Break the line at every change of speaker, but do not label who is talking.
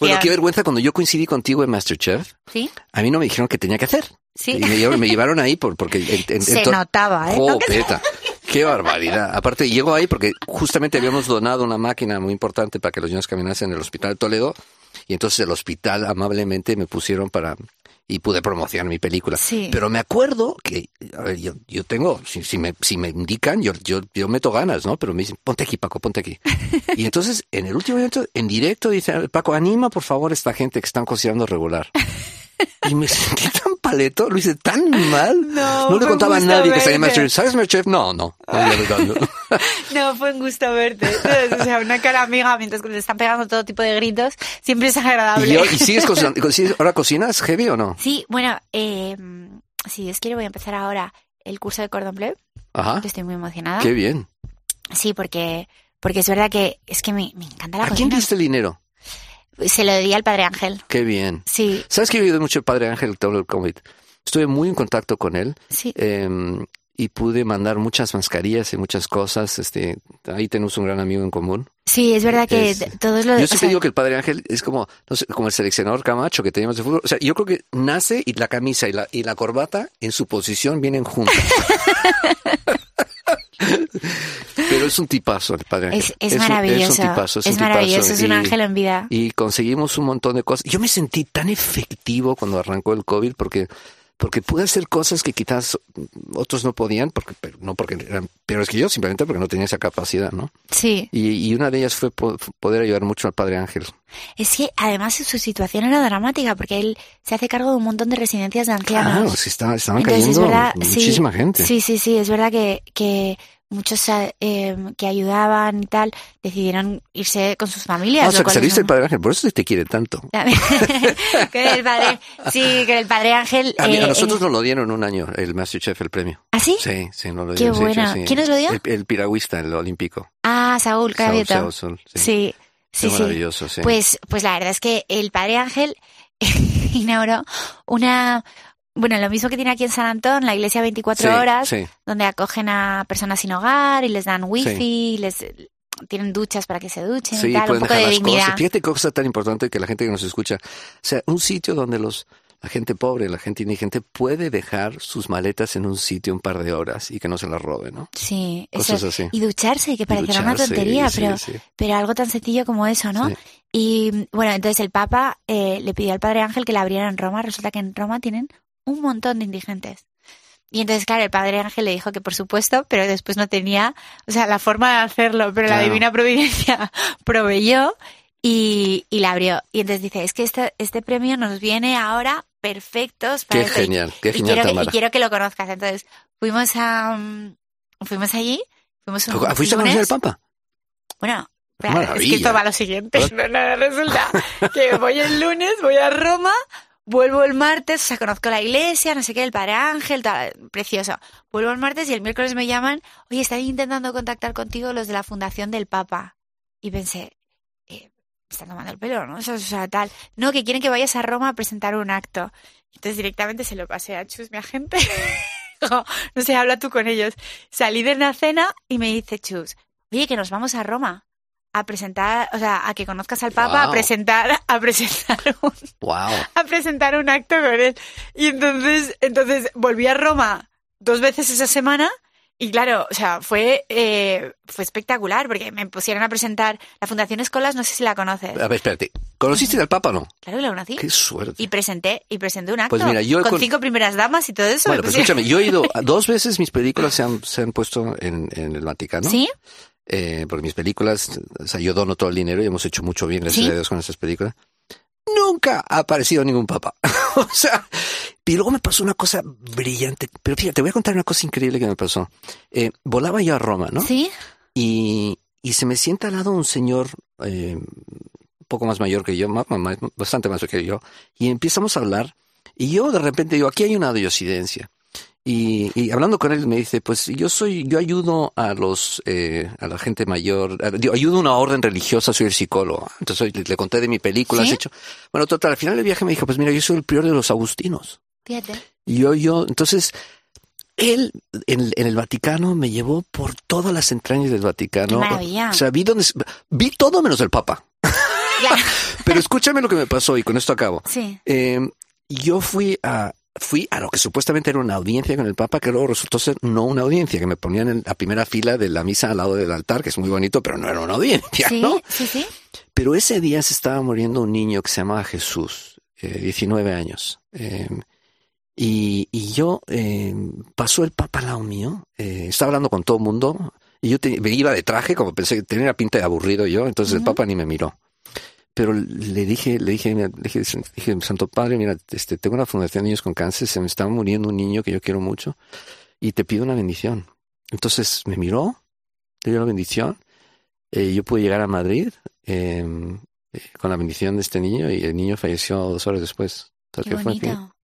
Bueno, qué vergüenza cuando yo coincidí contigo en Masterchef.
¿Sí?
A mí no me dijeron qué tenía que hacer.
Sí.
Y me llevaron, me llevaron ahí por, porque... en- en- en
Se
to-
notaba, ¿eh?
¡Jo,
¿No que se-
peta! ¡Qué barbaridad! Aparte, llego ahí porque justamente habíamos donado una máquina muy importante para que los niños caminasen en el Hospital de Toledo. Y entonces el hospital amablemente me pusieron para... Y pude promocionar mi película.
Sí.
Pero me acuerdo que, a ver, yo, yo tengo, si, si me, si me indican, yo, yo, yo meto ganas, ¿no? Pero me dicen, ponte aquí, Paco, ponte aquí. Y entonces, en el último momento, en directo, dice, Paco, anima por favor a esta gente que están considerando regular. Y me sentí tan paleto, lo hice tan mal.
No,
le
fue
contaba a
justo
nadie que salía
verte.
en Masterchef. ¿Sabes Masterchef? No, no. no, la verdad, no.
No, fue un gusto verte. O sea, una cara amiga mientras que le están pegando todo tipo de gritos. Siempre es agradable.
Y, yo- ¿y sigues cocinando? ¿Consigues- ¿Ahora cocinas heavy o no?
Sí, bueno, eh, si Dios quiere voy a empezar ahora el curso de cordon bleu.
Ajá.
Yo estoy muy emocionada.
Qué bien.
Sí, porque, porque es verdad que es que me, me encanta la
¿A quién
cocina.
diste el dinero?
Se lo di al padre Ángel.
Qué bien.
Sí,
¿Sabes que he oído mucho el padre Ángel todo el COVID? Estuve muy en contacto con él.
sí.
eh, y pude mandar muchas mascarillas y muchas cosas. Este, ahí tenemos un gran amigo en común.
Sí, es verdad que
es-
t- todos los...
Yo
o
siempre
sea,
digo que el Padre Ángel es como, no sé, como el seleccionador Camacho que teníamos de fútbol. O sea, yo creo que nace y la camisa y la, y la corbata en su posición vienen juntas. Pero es un tipazo el Padre Ángel.
es, es
un-
maravilloso.
es un tipazo. Es, un tipazo.
maravilloso, es un
Y-
ángel en vida.
y conseguimos un montón de cosas. Yo me sentí tan efectivo cuando arrancó el COVID porque, porque pude hacer cosas que quizás otros no podían, porque, pero no porque eran peores que yo, simplemente porque no tenía esa capacidad, ¿no?
Sí.
Y, y una de ellas fue po- poder ayudar mucho al Padre Ángel.
Es que además su situación era dramática porque él se hace cargo de un montón de residencias de
Claro,
ancianos.
sí, estaba, estaban
Entonces, es
cayendo
verdad, sí,
muchísima gente.
Sí, sí, sí, es verdad que, que muchos eh, eh, que ayudaban y tal decidieron irse con sus familias.
Ah, o sea,
lo
que
cual
saliste del
es
Padre Ángel, por eso te quiere tanto.
un- que el padre, sí, que el padre Ángel.
A, mí- a
eh,
Ah, nosotros
en-
nos lo dieron un año, el Masterchef, el premio.
¿Ah, sí?
Sí, sí, nos lo
Qué
dieron. sí, sí,
buena.
sí.
¿Quién nos lo dio?
El, el piragüista, el olímpico.
Ah, Saúl
Saúl,
Cravioto.
Saúl, Saúl, sí.
Sí, sí,
Fue
sí.
maravilloso, sí.
Pues, pues la verdad es que el padre Ángel inauguró una. Bueno, lo mismo que tiene aquí en San Antón, la iglesia 24
Sí,
horas,
sí.
donde acogen a personas sin hogar y les dan wifi,
Sí.
y les tienen duchas para que se duchen
Sí,
y tal, un
pueden
poco
dejar
de
las
dignidad.
cosas. Fíjate qué cosa tan importante que la gente que nos escucha, o sea, un sitio donde los la gente pobre, la gente indigente puede dejar sus maletas en un sitio un par de horas y que no se las roben, ¿no?
Sí, eso.
Cosas así.
Y ducharse, que parecerá una
ducharse,
tontería,
sí,
pero,
sí.
pero algo tan sencillo como eso, ¿no?
Sí.
Y bueno, entonces el Papa eh, le pidió al Padre Ángel que la abriera en Roma. Resulta que en Roma tienen un montón de indigentes. Y entonces, claro, el Padre Ángel le dijo que por supuesto, pero después no tenía, o sea, la forma de hacerlo, pero la
Claro.
Divina Providencia proveyó y, y la abrió. Y entonces dice, es que este, este premio nos viene ahora perfectos para
Qué
esto". Y-
genial, qué
y
genial
quiero, que, y
Tamara.
quiero que lo conozcas. Entonces, fuimos a mm, fuimos allí, fuimos un
Ah, ¿Fuiste a
lunes.
conocer al Papa?
Bueno,
Qué
espera, es que
maravilla.
esto va a lo siguiente. No, no, no, resulta que voy el lunes, voy a Roma, vuelvo el martes, o sea, conozco la iglesia, no sé qué, el Padre Ángel, tal, precioso. Vuelvo el martes y el miércoles me llaman, oye, están intentando contactar contigo los de la Fundación del Papa. Y pensé, eh, me están tomando el pelo, ¿no? O sea, o sea, tal. No, que quieren que vayas a Roma a presentar un acto. Entonces directamente se lo pasé a Chus, mi agente. Digo, no sé, habla tú con ellos. Salí de una cena y me dice Chus, oye, que nos vamos a Roma a presentar, o sea, a que conozcas al Papa, a
Guau.
presentar, a presentar un
Wow.
a presentar un acto con él. Y entonces, entonces volví a Roma dos veces esa semana. Y claro, o sea, fue, eh, fue espectacular porque me pusieron a presentar la Fundación Escolas, no sé si la conoces.
A ver, espérate. ¿Conociste al Papa o no?
Claro que la conocí.
Qué suerte.
Y presenté, y presenté un acto
Pues mira, yo
con,
con-
cinco primeras damas y todo eso.
Bueno,
me
pues
pusieron-
escúchame, yo he ido a- dos veces mis películas se han, se han puesto en, en el Vaticano.
¿Sí?
eh, porque mis películas, o sea, yo dono todo el dinero y hemos hecho mucho bien, gracias
Sí.
a Dios, con esas películas. Nunca ha aparecido ningún papa. o sea, y luego me pasó una cosa brillante. Pero fíjate, te voy a contar una cosa increíble que me pasó. Eh, volaba yo a Roma, ¿no?
¿Sí?
Y, y se me sienta al lado un señor eh, un poco más mayor que yo, ma- ma- ma- bastante más que yo, y empezamos a hablar. Y yo de repente digo, aquí hay una diosidencia. Y, y hablando con él me dice, pues yo soy, yo ayudo a los, eh, a la gente mayor, a- digo, ayudo a una orden religiosa, soy el psicólogo. Entonces le, le conté de mi película,
¿Sí?
has hecho. Bueno, total, al final del viaje me dijo, pues mira, yo soy el prior de los agustinos.
Fíjate.
Y yo, yo, entonces, él en, en el Vaticano me llevó por todas las entrañas del
Qué
Vaticano.
maravilla.
O sea, vi, donde, vi todo menos el Papa.
Claro.
Pero escúchame lo que me pasó y con esto acabo.
Sí.
Eh, yo fui a fui a lo que supuestamente era una audiencia con el Papa, que luego resultó ser no una audiencia, que me ponían en la primera fila de la misa al lado del altar, que es muy bonito, pero no era una audiencia,
Sí,
¿no?
sí, sí.
Pero ese día se estaba muriendo un niño que se llamaba Jesús, eh, 19 años. Eh, y, y yo, eh, pasó el papa al lado mío, eh, estaba hablando con todo el mundo, y yo te- me iba de traje, como pensé que tenía pinta de aburrido yo, entonces el
Ujú.
papa ni me miró. Pero le dije, le dije, mira, le dije, dije, Santo Padre, mira, este, tengo una fundación de niños con cáncer, se me está muriendo un niño que yo quiero mucho, y te pido una bendición. Entonces me miró, le dio la bendición, eh, yo pude llegar a Madrid, eh, eh, con la bendición de este niño y el niño falleció dos horas después. O sea,
Qué
que fue-
bonito.